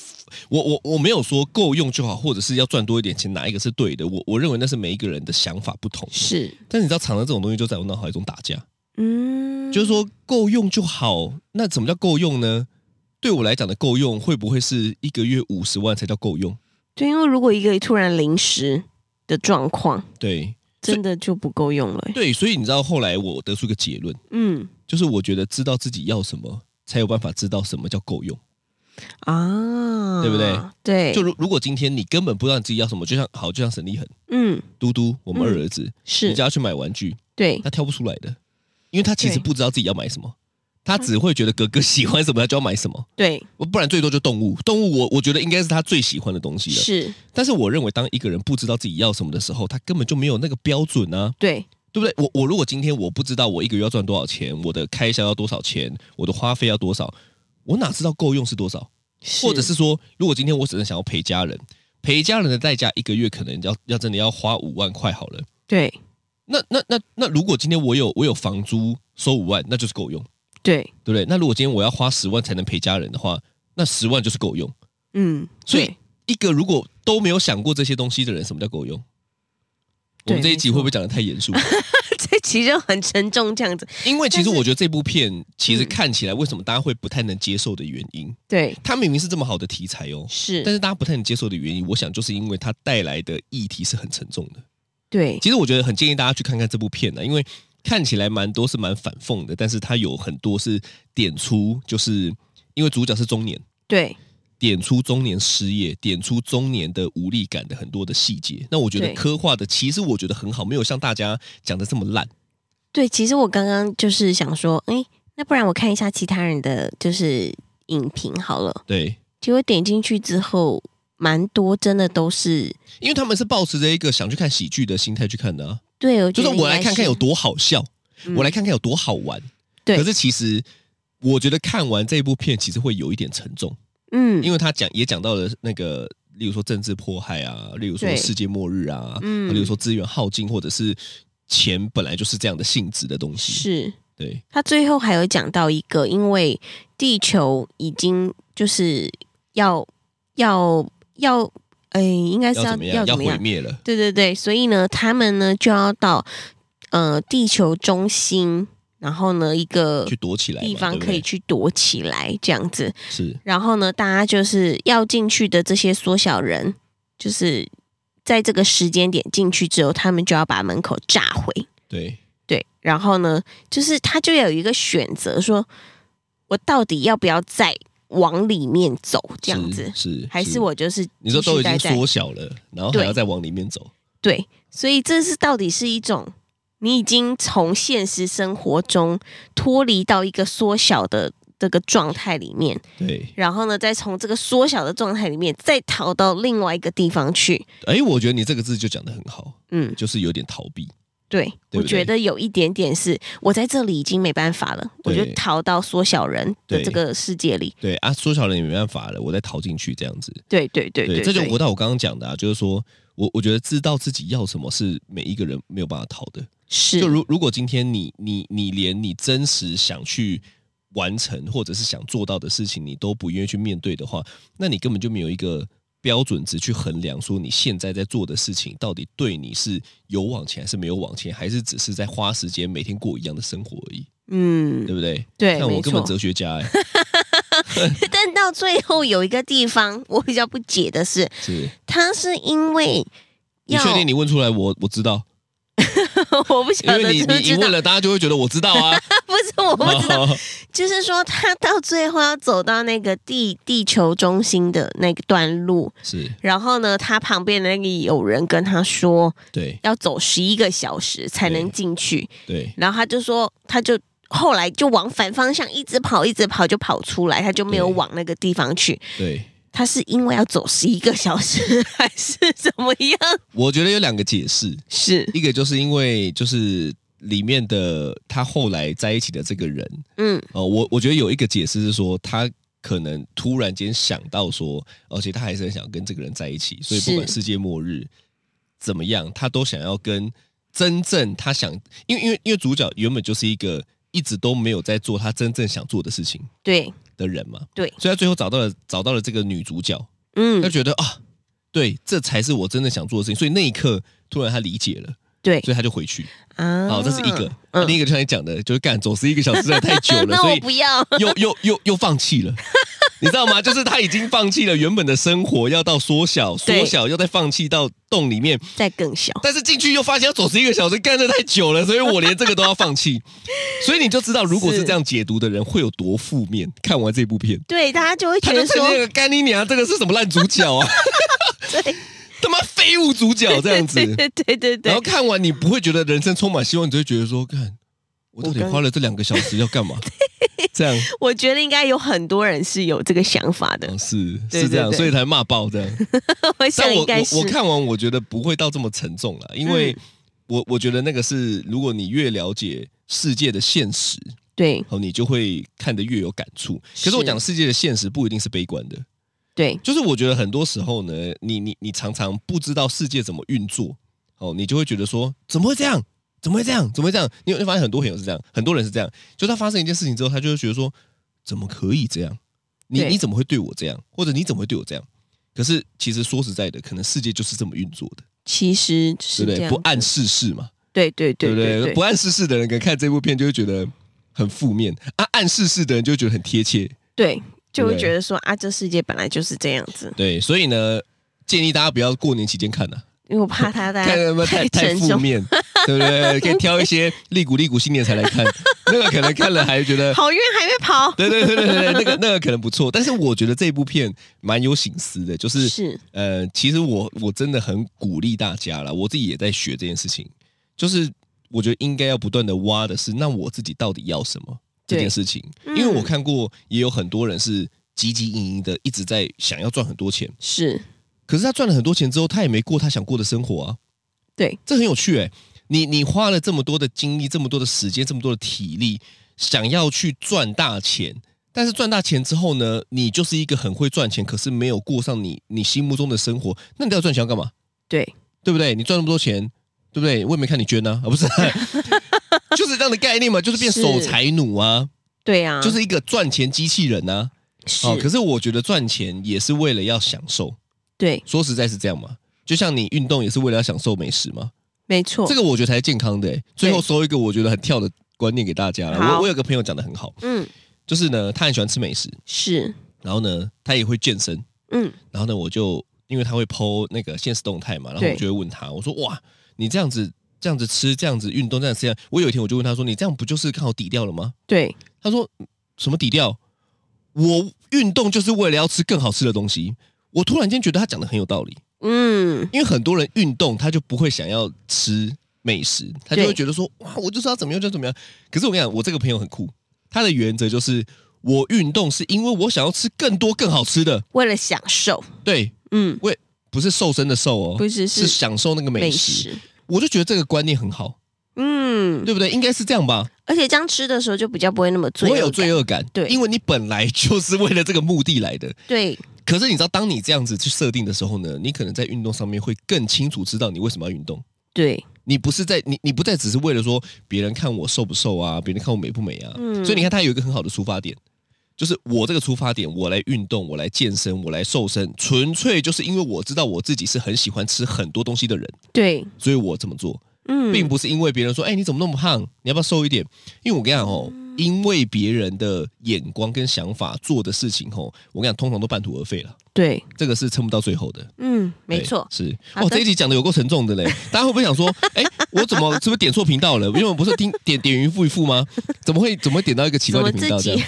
Speaker 3: 我我我没有说够用就好，或者是要赚多一点钱，哪一个是对的？我我认为那是每一个人的想法不同。
Speaker 2: 是
Speaker 3: 但你知道，常常这种东西就在我脑海中打架，
Speaker 2: 嗯，
Speaker 3: 就是说够用就好。那怎么叫够用呢？对我来讲的够用，会不会是一个月五十万才叫够用？
Speaker 2: 对，因为如果一个突然临时的状况，
Speaker 3: 对
Speaker 2: 真的就不够用了、欸
Speaker 3: 对，所以你知道后来我得出一个结论，
Speaker 2: 嗯
Speaker 3: 就是我觉得知道自己要什么，才有办法知道什么叫够用。
Speaker 2: 啊，
Speaker 3: 对不对？
Speaker 2: 对，
Speaker 3: 就如如果今天你根本不知道你自己要什么，就像好，就像沈立恒、
Speaker 2: 嗯
Speaker 3: 嘟嘟，我们
Speaker 2: 嗯
Speaker 3: 二儿子，你
Speaker 2: 是
Speaker 3: 叫他去买玩具，
Speaker 2: 对
Speaker 3: 他挑不出来的，因为他其实
Speaker 2: 对嗯
Speaker 3: 不知道自己要买什么，他只会觉得哥哥喜欢什么，他就要买什么，
Speaker 2: 对
Speaker 3: 不然最多就动物。动物我我觉得应该是他最喜欢的东西了。
Speaker 2: 是，
Speaker 3: 但是我认为，当一个人不知道自己要什么的时候，他根本就没有那个标准啊，
Speaker 2: 对
Speaker 3: 对不对？我我如果今天我不知道我一个月要赚多少钱，我的开销要多少钱，我的花费要多少，我哪知道够用是多少？或者是说，如果今天我只是想要陪家人，陪家人的代价一个月可能要要真的要花五万块好了。
Speaker 2: 对
Speaker 3: 那那那那，如果今天我有我有房租收五万，那就是够用，
Speaker 2: 对
Speaker 3: 对不对？那如果今天我要花十万才能陪家人的话，那十万就是够用。
Speaker 2: 嗯，
Speaker 3: 所以
Speaker 2: 对
Speaker 3: 一个如果都没有想过这些东西的人，什么叫够用？我
Speaker 2: 对
Speaker 3: 们这一集
Speaker 2: 没错 [laughs]
Speaker 3: 会不会讲的太严肃？
Speaker 2: 这其实就很沉重，这样子
Speaker 3: 因为其实
Speaker 2: 但是
Speaker 3: 我觉得这部片其实
Speaker 2: 嗯
Speaker 3: 看起来为什么大家会不太能接受的原因，
Speaker 2: 对
Speaker 3: 它明明是这么好的题材哦，
Speaker 2: 是，
Speaker 3: 但是大家不太能接受的原因，我想就是因为它带来的议题是很沉重的。
Speaker 2: 对
Speaker 3: 其实我觉得很建议大家去看看这部片呢、啊因为看起来蛮多是蛮反讽的，但是它有很多是点出，就是因为主角是中年，
Speaker 2: 对
Speaker 3: 点出中年失业，点出中年的无力感的很多的细节。那我觉得
Speaker 2: 对
Speaker 3: 刻画的其实我觉得很好，没有像大家讲的这么烂。
Speaker 2: 对，其实我刚刚就是想说，哎，那不然我看一下其他人的就是影评好了，
Speaker 3: 对，
Speaker 2: 结果点进去之后，蛮多真的都是。
Speaker 3: 因为他们是抱持着一个想去看喜剧的心态去看的、啊，
Speaker 2: 对，我
Speaker 3: 就
Speaker 2: 觉
Speaker 3: 是
Speaker 2: 得
Speaker 3: 我来
Speaker 2: 应该
Speaker 3: 看看有
Speaker 2: 是
Speaker 3: 多好笑，
Speaker 2: 嗯
Speaker 3: 我来看看有多好玩。
Speaker 2: 对
Speaker 3: 可是其实我觉得看完这部片，其实会有一点沉重，
Speaker 2: 嗯，
Speaker 3: 因为他讲也讲到了那个，例如说政治迫害啊，例如说
Speaker 2: 对
Speaker 3: 世界末日啊，
Speaker 2: 嗯
Speaker 3: 例如说资源耗尽或者是钱本来就是这样的性质的东西。
Speaker 2: 是
Speaker 3: 对，
Speaker 2: 他最后还有讲到一个，因为地球已经就是要要要，哎、应该是
Speaker 3: 要
Speaker 2: 要
Speaker 3: 怎么样？
Speaker 2: 怎
Speaker 3: 要
Speaker 2: 么
Speaker 3: 毁
Speaker 2: 样？
Speaker 3: 灭了。
Speaker 2: 对对对，所以呢，他们呢就要到呃地球中心，然后呢一个
Speaker 3: 去躲起来嘛，
Speaker 2: 地方
Speaker 3: 对不
Speaker 2: 可以
Speaker 3: 对
Speaker 2: 去躲起来，这样子。
Speaker 3: 是
Speaker 2: 然后呢，大家就是要进去的这些缩小人，就是在这个时间点进去之后，他们就要把门口炸毁。
Speaker 3: 对
Speaker 2: 对，然后呢，就是他就有一个选择，说我到底要不要再往里面走这样子，
Speaker 3: 是是
Speaker 2: 还是我就是
Speaker 3: 你说都
Speaker 2: 继续
Speaker 3: 已经
Speaker 2: 待在
Speaker 3: 缩小了，然后还
Speaker 2: 对
Speaker 3: 要再往里面走，
Speaker 2: 对，所以这是到底是一种你已经从现实生活中脱离到一个缩小的这个状态里面，
Speaker 3: 对，
Speaker 2: 然后呢，再从这个缩小的状态里面再逃到另外一个地方去，
Speaker 3: 哎，我觉得你这个字就讲的很好，
Speaker 2: 嗯，
Speaker 3: 就是有点逃避。
Speaker 2: 对，
Speaker 3: 对不对
Speaker 2: 我觉得有一点点是我在这里已经没办法了，我
Speaker 3: 对
Speaker 2: 就逃到缩小人的
Speaker 3: 对
Speaker 2: 这个世界里。
Speaker 3: 对啊，缩小了也没办法了，我再逃进去这样子。
Speaker 2: 对对对
Speaker 3: 这就回到我刚刚讲的啊，就是说我我觉得知道自己要什么是每一个人没有办法逃的。
Speaker 2: 是
Speaker 3: 就如如果今天你你你连你真实想去完成或者是想做到的事情，你都不愿意去面对的话，那你根本就没有一个标准值去衡量说你现在在做的事情到底对你是有往前还是没有往前，还是只是在花时间每天过一样的生活而已，
Speaker 2: 嗯
Speaker 3: 对，不对？
Speaker 2: 对，
Speaker 3: 像我
Speaker 2: 没
Speaker 3: 根本
Speaker 2: 错。
Speaker 3: 哲学家哎、
Speaker 2: 但到最后有一个地方我比较不解的是， [laughs]
Speaker 3: 是
Speaker 2: 他是因为
Speaker 3: 你
Speaker 2: 要
Speaker 3: 确定你问出来我我知道，
Speaker 2: [laughs] 我不晓
Speaker 3: 因为
Speaker 2: 得
Speaker 3: 你
Speaker 2: 知不
Speaker 3: 你你
Speaker 2: 知
Speaker 3: 问
Speaker 2: 道，
Speaker 3: 了，哦大家就会觉得我知道啊，
Speaker 2: 不是我不知道，
Speaker 3: 道。
Speaker 2: 就是说他到最后要走到那个地地球中心的那个段路，
Speaker 3: [laughs] 是
Speaker 2: 然后呢，他旁边的那个友人跟他说
Speaker 3: 对
Speaker 2: 要走十一个小时才能
Speaker 3: 对
Speaker 2: 进去，
Speaker 3: 对
Speaker 2: 然后他就说他就。后来就往反方向一直跑，一直跑就跑出来，他就没有
Speaker 3: 对
Speaker 2: 往那个地方去。
Speaker 3: 对，
Speaker 2: 他是因为要走十一个小时，还是怎么样？
Speaker 3: 我觉得有两个解释，
Speaker 2: 是，
Speaker 3: 一个就是因为就是里面的他后来在一起的这个人，
Speaker 2: 嗯，
Speaker 3: 呃，我我觉得有一个解释是说他。可能突然间想到说，而且他还是很想跟这个人在一起，所以
Speaker 2: 是
Speaker 3: 不管世界末日怎么样，他都想要跟真正他想，因为因为因为主角原本就是一个一直都没有在做他真正想做的事情
Speaker 2: 对，
Speaker 3: 的人嘛，
Speaker 2: 对
Speaker 3: 所以他最后找到了找到了这个女主角，他
Speaker 2: 嗯，
Speaker 3: 觉得啊，对，这才是我真的想做的事情。所以那一刻，突然他理解了，
Speaker 2: 对
Speaker 3: 所以他就回去。
Speaker 2: 啊
Speaker 3: 好，这是一个。
Speaker 2: 嗯
Speaker 3: 另一个就像你讲的，就是干走十一个小时实在太久
Speaker 2: [laughs]
Speaker 3: 了，
Speaker 2: 那
Speaker 3: 所
Speaker 2: 我
Speaker 3: 以
Speaker 2: 不要。
Speaker 3: [laughs] 又又又又放弃了。你知道吗？就是他已经放弃了原本的生活，要到缩小、
Speaker 2: 对
Speaker 3: 缩小，又再放弃到洞里面，
Speaker 2: 再更小。
Speaker 3: 但是进去又发现要走十一个小时，干的太久了，所以我连这个都要放弃。所以你就知道，如果是
Speaker 2: 是
Speaker 3: 这样解读的人，会有多负面。看完这部片，
Speaker 2: 对，大家就会觉
Speaker 3: 他就
Speaker 2: 得
Speaker 3: 成
Speaker 2: 说，
Speaker 3: 那个干你娘，这个是什么烂主角啊？
Speaker 2: [laughs] 对
Speaker 3: 他妈废物主角这
Speaker 2: [laughs]
Speaker 3: 样
Speaker 2: 对
Speaker 3: 子。
Speaker 2: 对对对
Speaker 3: 然后
Speaker 2: 对，
Speaker 3: 看完你不会觉得人生充满希望，你就会觉得说，看我到底
Speaker 2: 我刚
Speaker 3: 花了这两个小时要干嘛？这样
Speaker 2: 我觉得应该有很多人是有这个想法的
Speaker 3: 哦，是
Speaker 2: 对
Speaker 3: 是这样，
Speaker 2: 对对
Speaker 3: 所以才骂爆这样。
Speaker 2: 我
Speaker 3: 但
Speaker 2: 想
Speaker 3: 我
Speaker 2: 应该是
Speaker 3: 我我看完，我觉得不会到这么沉重了，因为
Speaker 2: 嗯
Speaker 3: 我我觉得那个是，如果你越了解世界的现实，
Speaker 2: 对
Speaker 3: 哦，你就会看得越有感触。可是我
Speaker 2: 是
Speaker 3: 讲世界的现实不一定是悲观的，
Speaker 2: 对
Speaker 3: 就是我觉得很多时候呢，你你你常常不知道世界怎么运作，哦，你就会觉得说怎么会这样？怎么会这样？怎么会这样？你有你会发现很多朋友是这样，很多人是这样，就他发生一件事情之后，他就会觉得说怎么可以这样？你
Speaker 2: 对
Speaker 3: 你怎么会对我这样？或者你怎么会对我这样？可是其实说实在的，可能世界就是这么运作的，
Speaker 2: 其实
Speaker 3: 对
Speaker 2: 是
Speaker 3: 不
Speaker 2: 这
Speaker 3: 对？
Speaker 2: 样，
Speaker 3: 不谙世事嘛，
Speaker 2: 对对对
Speaker 3: 不对？
Speaker 2: 对
Speaker 3: 不谙世事的人可能看这部片就会觉得很负面，啊，谙世事的人就会觉得很贴切，
Speaker 2: 对，就会
Speaker 3: 对
Speaker 2: 觉得说啊，这世界本来就是这样子，
Speaker 3: 对，所以呢，建议大家不要过年期间看呐、啊
Speaker 2: 因为我怕他大
Speaker 3: 看有没
Speaker 2: 家
Speaker 3: 有太太
Speaker 2: 沉
Speaker 3: 负
Speaker 2: 重，
Speaker 3: 面，
Speaker 2: [laughs]
Speaker 3: 对不对？可以挑一些利古利古新年才来看，那个可能看了还觉得，
Speaker 2: 好运还没跑，
Speaker 3: 对对对对对，对那个那个可能不错。但是我觉得这部片蛮有醒思的，就是
Speaker 2: 是
Speaker 3: 呃，其实我我真的很鼓励大家啦，我自己也在学这件事情，就是我觉得应该要不断的挖的是，那我自己到底要什么这
Speaker 2: 对
Speaker 3: 件事情，
Speaker 2: 嗯
Speaker 3: 因为我看过也有很多人是汲汲营营的一直在想要赚很多钱。
Speaker 2: 是，
Speaker 3: 可是他赚了很多钱之后，他也没过他想过的生活啊。
Speaker 2: 对，
Speaker 3: 这很有趣哎、你你花了这么多的精力、这么多的时间、这么多的体力，想要去赚大钱，但是赚大钱之后呢，你就是一个很会赚钱，可是没有过上你你心目中的生活，那你到底赚钱要干嘛？
Speaker 2: 对
Speaker 3: 对不对？你赚那么多钱，对不对？我也没看你捐呢、啊，啊不是， [laughs] 就是这样的概念嘛，就是变
Speaker 2: 是
Speaker 3: 守财奴啊，
Speaker 2: 对啊，
Speaker 3: 就是一个赚钱机器人啊。
Speaker 2: 是
Speaker 3: 哦，可是我觉得赚钱也是为了要享受。
Speaker 2: 对，
Speaker 3: 说实在是这样嘛，就像你运动也是为了要享受美食嘛，
Speaker 2: 没错，
Speaker 3: 这个我觉得才是健康的、欸。最后收一个我觉得很跳的观念给大家了。
Speaker 2: 好
Speaker 3: 我我有个朋友讲的很好，
Speaker 2: 嗯
Speaker 3: 就是呢，他很喜欢吃美食，
Speaker 2: 是，
Speaker 3: 然后呢，他也会健身，
Speaker 2: 嗯
Speaker 3: 然后呢，我就因为他会 PO 那个现实动态嘛，然后
Speaker 2: 对
Speaker 3: 我就会问他，我说哇，你这样子这样子吃，这样子运动，这样子这样，我有一天我就问他说，你这样不就是刚好抵掉了吗？
Speaker 2: 对
Speaker 3: 他说嗯什么底调？我运动就是为了要吃更好吃的东西。我突然间觉得他讲的很有道理。
Speaker 2: 嗯
Speaker 3: 因为很多人运动，他就不会想要吃美食，他就
Speaker 2: 对
Speaker 3: 会觉得说，哇，我就是要怎么样就怎么样。可是我跟你讲，我这个朋友很酷，他的原则就是，我运动是因为我想要吃更多更好吃的，
Speaker 2: 为了享受，
Speaker 3: 对，
Speaker 2: 嗯
Speaker 3: 为不是瘦身的瘦哦，
Speaker 2: 不是
Speaker 3: 是
Speaker 2: 是
Speaker 3: 享受那个美
Speaker 2: 美
Speaker 3: 食。
Speaker 2: 食
Speaker 3: 我就觉得这个观念很好，
Speaker 2: 嗯，
Speaker 3: 对不对？应该是这样吧，
Speaker 2: 而且这样吃的时候就比较不会那么
Speaker 3: 不
Speaker 2: 罪恶
Speaker 3: 会
Speaker 2: 感，
Speaker 3: 有罪恶感，
Speaker 2: 对
Speaker 3: 因为你本来就是为了这个目的来的。
Speaker 2: 对，
Speaker 3: 可是你知道，当你这样子去设定的时候呢，你可能在运动上面会更清楚知道你为什么要运动。
Speaker 2: 对，
Speaker 3: 你不是在你你不再只是为了说别人看我瘦不瘦啊，别人看我美不美啊。
Speaker 2: 嗯
Speaker 3: 所以你看，他有一个很好的出发点，就是我这个出发点，我来运动，我来健身，我来瘦身，纯粹就是因为我知道我自己是很喜欢吃很多东西的人，
Speaker 2: 对，
Speaker 3: 所以我这么做，
Speaker 2: 嗯，
Speaker 3: 并不是因为别人说，哎、你怎么那么胖，你要不要瘦一点？因为我跟你讲哦，
Speaker 2: 嗯
Speaker 3: 因为别人的眼光跟想法做的事情哦，我跟你讲，通常都半途而废了，
Speaker 2: 对，
Speaker 3: 这个是撑不到最后的。
Speaker 2: 嗯，没
Speaker 3: 对
Speaker 2: 错，
Speaker 3: 是
Speaker 2: 好
Speaker 3: 哇，
Speaker 2: 的
Speaker 3: 这一集讲的有够沉重的嘞，大家会不会想说，哎、我怎么是不是点错频道了？因为我们不是听点点云复一复吗？怎么会怎么会点到一个奇怪的频道这样？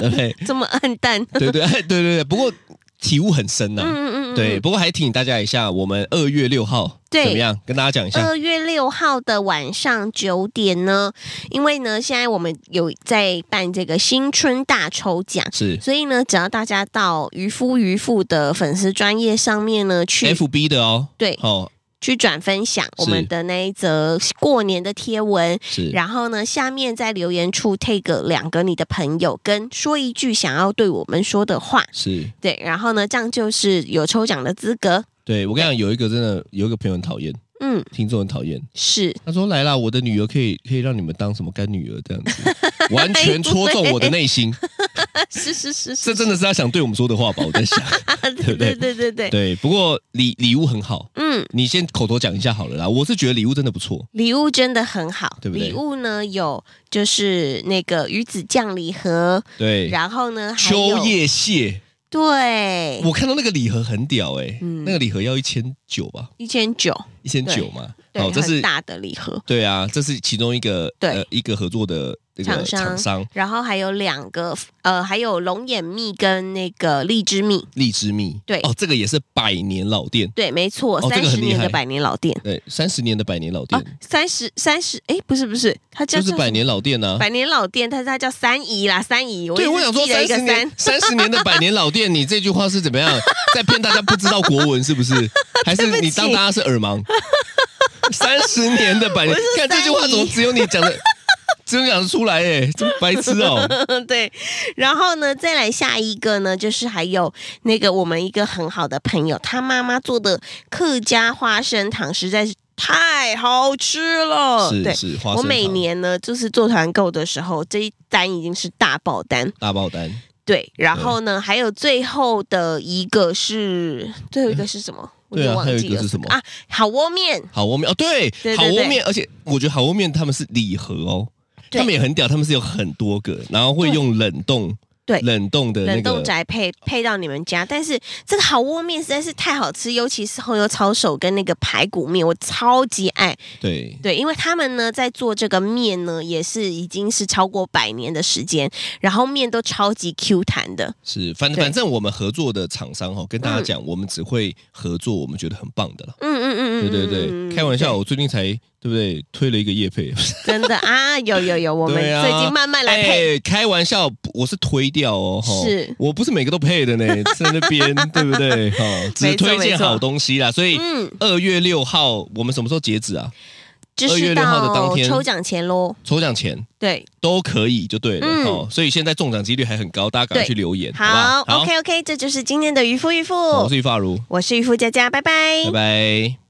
Speaker 3: 对不 [laughs] 对？
Speaker 2: 这么暗淡，
Speaker 3: 对对哎对对对，不过体悟很深呐、
Speaker 2: 嗯嗯嗯，
Speaker 3: 对，不过还提醒大家一下，我们二月六号
Speaker 2: 对
Speaker 3: 怎么样？跟大家讲一下。
Speaker 2: 嗯二月六号的晚上九点呢，因为呢，现在我们有在办这个新春大抽奖，
Speaker 3: 是
Speaker 2: 所以呢，只要大家到渔夫渔妇的粉丝专业上面呢去
Speaker 3: FB 的哦，
Speaker 2: 对
Speaker 3: 哦
Speaker 2: 去转分享我们的那一则过年的贴文，
Speaker 3: 是，
Speaker 2: 然后呢，下面在留言处 take 两个你的朋友，跟说一句想要对我们说的话，
Speaker 3: 是
Speaker 2: 对，然后呢，这样就是有抽奖的资格。
Speaker 3: 对我跟你讲，有一个真的有一个朋友很讨厌，
Speaker 2: 嗯，
Speaker 3: 听众很讨厌，
Speaker 2: 是
Speaker 3: 他说：“来啦，我的女儿可以可以让你们当什么干女儿
Speaker 2: [laughs]
Speaker 3: 这样子，完全戳中我的内心。
Speaker 2: [laughs] 是是是
Speaker 3: 这
Speaker 2: 是，
Speaker 3: 真的是他想对我们说的话吧？我在想， [laughs]
Speaker 2: 对对对对 [laughs] 对，
Speaker 3: 对。不过礼礼物很好，
Speaker 2: 嗯。
Speaker 3: 你先口头讲一下好了啦。我是觉得礼物真的不错，
Speaker 2: 礼物真的很好，
Speaker 3: 对不对
Speaker 2: 礼物呢有就是那个鱼子酱礼盒，
Speaker 3: 对。
Speaker 2: 然后呢还有
Speaker 3: 秋叶蟹，
Speaker 2: 对
Speaker 3: 我看到那个礼盒很屌哎、
Speaker 2: 嗯
Speaker 3: 那个礼盒要一千九吧，
Speaker 2: 一千九，
Speaker 3: 一千九嘛。
Speaker 2: 对，
Speaker 3: 这
Speaker 2: 很
Speaker 3: 是
Speaker 2: 大的礼盒，
Speaker 3: 对啊，这是其中一个
Speaker 2: 对
Speaker 3: 呃一个合作的那个
Speaker 2: 厂商
Speaker 3: 厂商
Speaker 2: 然后还有两个呃，还有龙眼蜜跟那个荔枝蜜，
Speaker 3: 荔枝蜜，
Speaker 2: 对
Speaker 3: 哦，这个也是百年老店，
Speaker 2: 对，没错，
Speaker 3: 哦这
Speaker 2: 三
Speaker 3: 个
Speaker 2: 十、
Speaker 3: 很厉害
Speaker 2: 年的百年老店
Speaker 3: 对，三十年的百年老
Speaker 2: 啊
Speaker 3: 店，，
Speaker 2: 三十三十，哎，不是不是，它叫
Speaker 3: 就是
Speaker 2: 叫
Speaker 3: 百
Speaker 2: 什么
Speaker 3: 年老店啊。
Speaker 2: 百年老店，但是它叫三姨啦，三姨，一
Speaker 3: 对，
Speaker 2: 直
Speaker 3: 我想说
Speaker 2: 记得
Speaker 3: 三
Speaker 2: 一个
Speaker 3: 十年
Speaker 2: 三，
Speaker 3: 三十年的百年老店，你这句话是怎么
Speaker 2: [laughs]
Speaker 3: 样？在骗大家不知道国文是不是？还是
Speaker 2: 对不起
Speaker 3: 你当大家是耳盲？三十年的百年
Speaker 2: 我是，
Speaker 3: 看这句话
Speaker 2: 三姨
Speaker 3: 怎么只有你
Speaker 2: [laughs]
Speaker 3: 讲的，只有你讲得出来哎，这么白痴哦！
Speaker 2: [laughs] 对，然后呢，再来下一个呢，就是还有那个我们一个很好的朋友，他妈妈做的客家花生糖实在是太好吃了。
Speaker 3: 是
Speaker 2: 哦对，
Speaker 3: 是，花生
Speaker 2: 我每
Speaker 3: 糖
Speaker 2: 年呢，就是做团购的时候，这一单已经是大爆单。
Speaker 3: 大爆单，
Speaker 2: 对，然后呢，还有最后的一个是最后一个是什么？我
Speaker 3: 对
Speaker 2: 就
Speaker 3: 啊
Speaker 2: 忘
Speaker 3: 还有一
Speaker 2: 记
Speaker 3: 个
Speaker 2: 了
Speaker 3: 是什么
Speaker 2: 啊？好窝面，
Speaker 3: 好窝面哦，对
Speaker 2: 对，
Speaker 3: 好
Speaker 2: 对
Speaker 3: 窝
Speaker 2: 对
Speaker 3: 面，而且我觉得好窝面他们是礼盒哦，
Speaker 2: 对
Speaker 3: 他们也很屌，他们是有很多个，然后会
Speaker 2: 对
Speaker 3: 用冷冻，
Speaker 2: 对
Speaker 3: 冷冻的那
Speaker 2: 冷冻
Speaker 3: 个，
Speaker 2: 宅配配到你们家，但是这个好窝面实在是太好吃，尤其是红油抄手跟那个排骨面，我超级爱。
Speaker 3: 对，
Speaker 2: 对，因为他们呢在做这个面呢，也是已经是超过百年的时间，然后面都超级 Q 弹的。
Speaker 3: 是，反
Speaker 2: 对
Speaker 3: 反正我们合作的厂商哦，跟大家讲，我们只会合作我们觉得很棒的了。
Speaker 2: 嗯嗯嗯
Speaker 3: 对
Speaker 2: 嗯，
Speaker 3: 对
Speaker 2: 嗯
Speaker 3: 对，开玩，笑，我最近才对不对推了一个叶配，
Speaker 2: 真的啊，有有有，我们
Speaker 3: 对啊
Speaker 2: 最近慢慢来配。
Speaker 3: 哎，开玩笑，我是推掉哦，吼
Speaker 2: 是
Speaker 3: 我不是每个都
Speaker 2: [laughs]
Speaker 3: 配的呢，在那边对不对？哈，只
Speaker 2: 没错
Speaker 3: 推
Speaker 2: 没
Speaker 3: 荐
Speaker 2: 错
Speaker 3: 好东西啦，所以
Speaker 2: 嗯，
Speaker 3: 二月六号我们什么时候截止啊？
Speaker 2: 就
Speaker 3: 2月
Speaker 2: 是
Speaker 3: 6号的当
Speaker 2: 到
Speaker 3: 天
Speaker 2: 抽奖前喽。
Speaker 3: 抽奖前
Speaker 2: 对，
Speaker 3: 都可以就对了、
Speaker 2: 嗯
Speaker 3: 哦，所以现在中奖几率还很高，大家赶快
Speaker 2: 对
Speaker 3: 去留言，
Speaker 2: 好
Speaker 3: 不好
Speaker 2: o k OK，这就是今天的渔夫渔妇，
Speaker 3: 好我是于发如，
Speaker 2: 我是渔夫佳佳，拜拜
Speaker 3: 拜拜。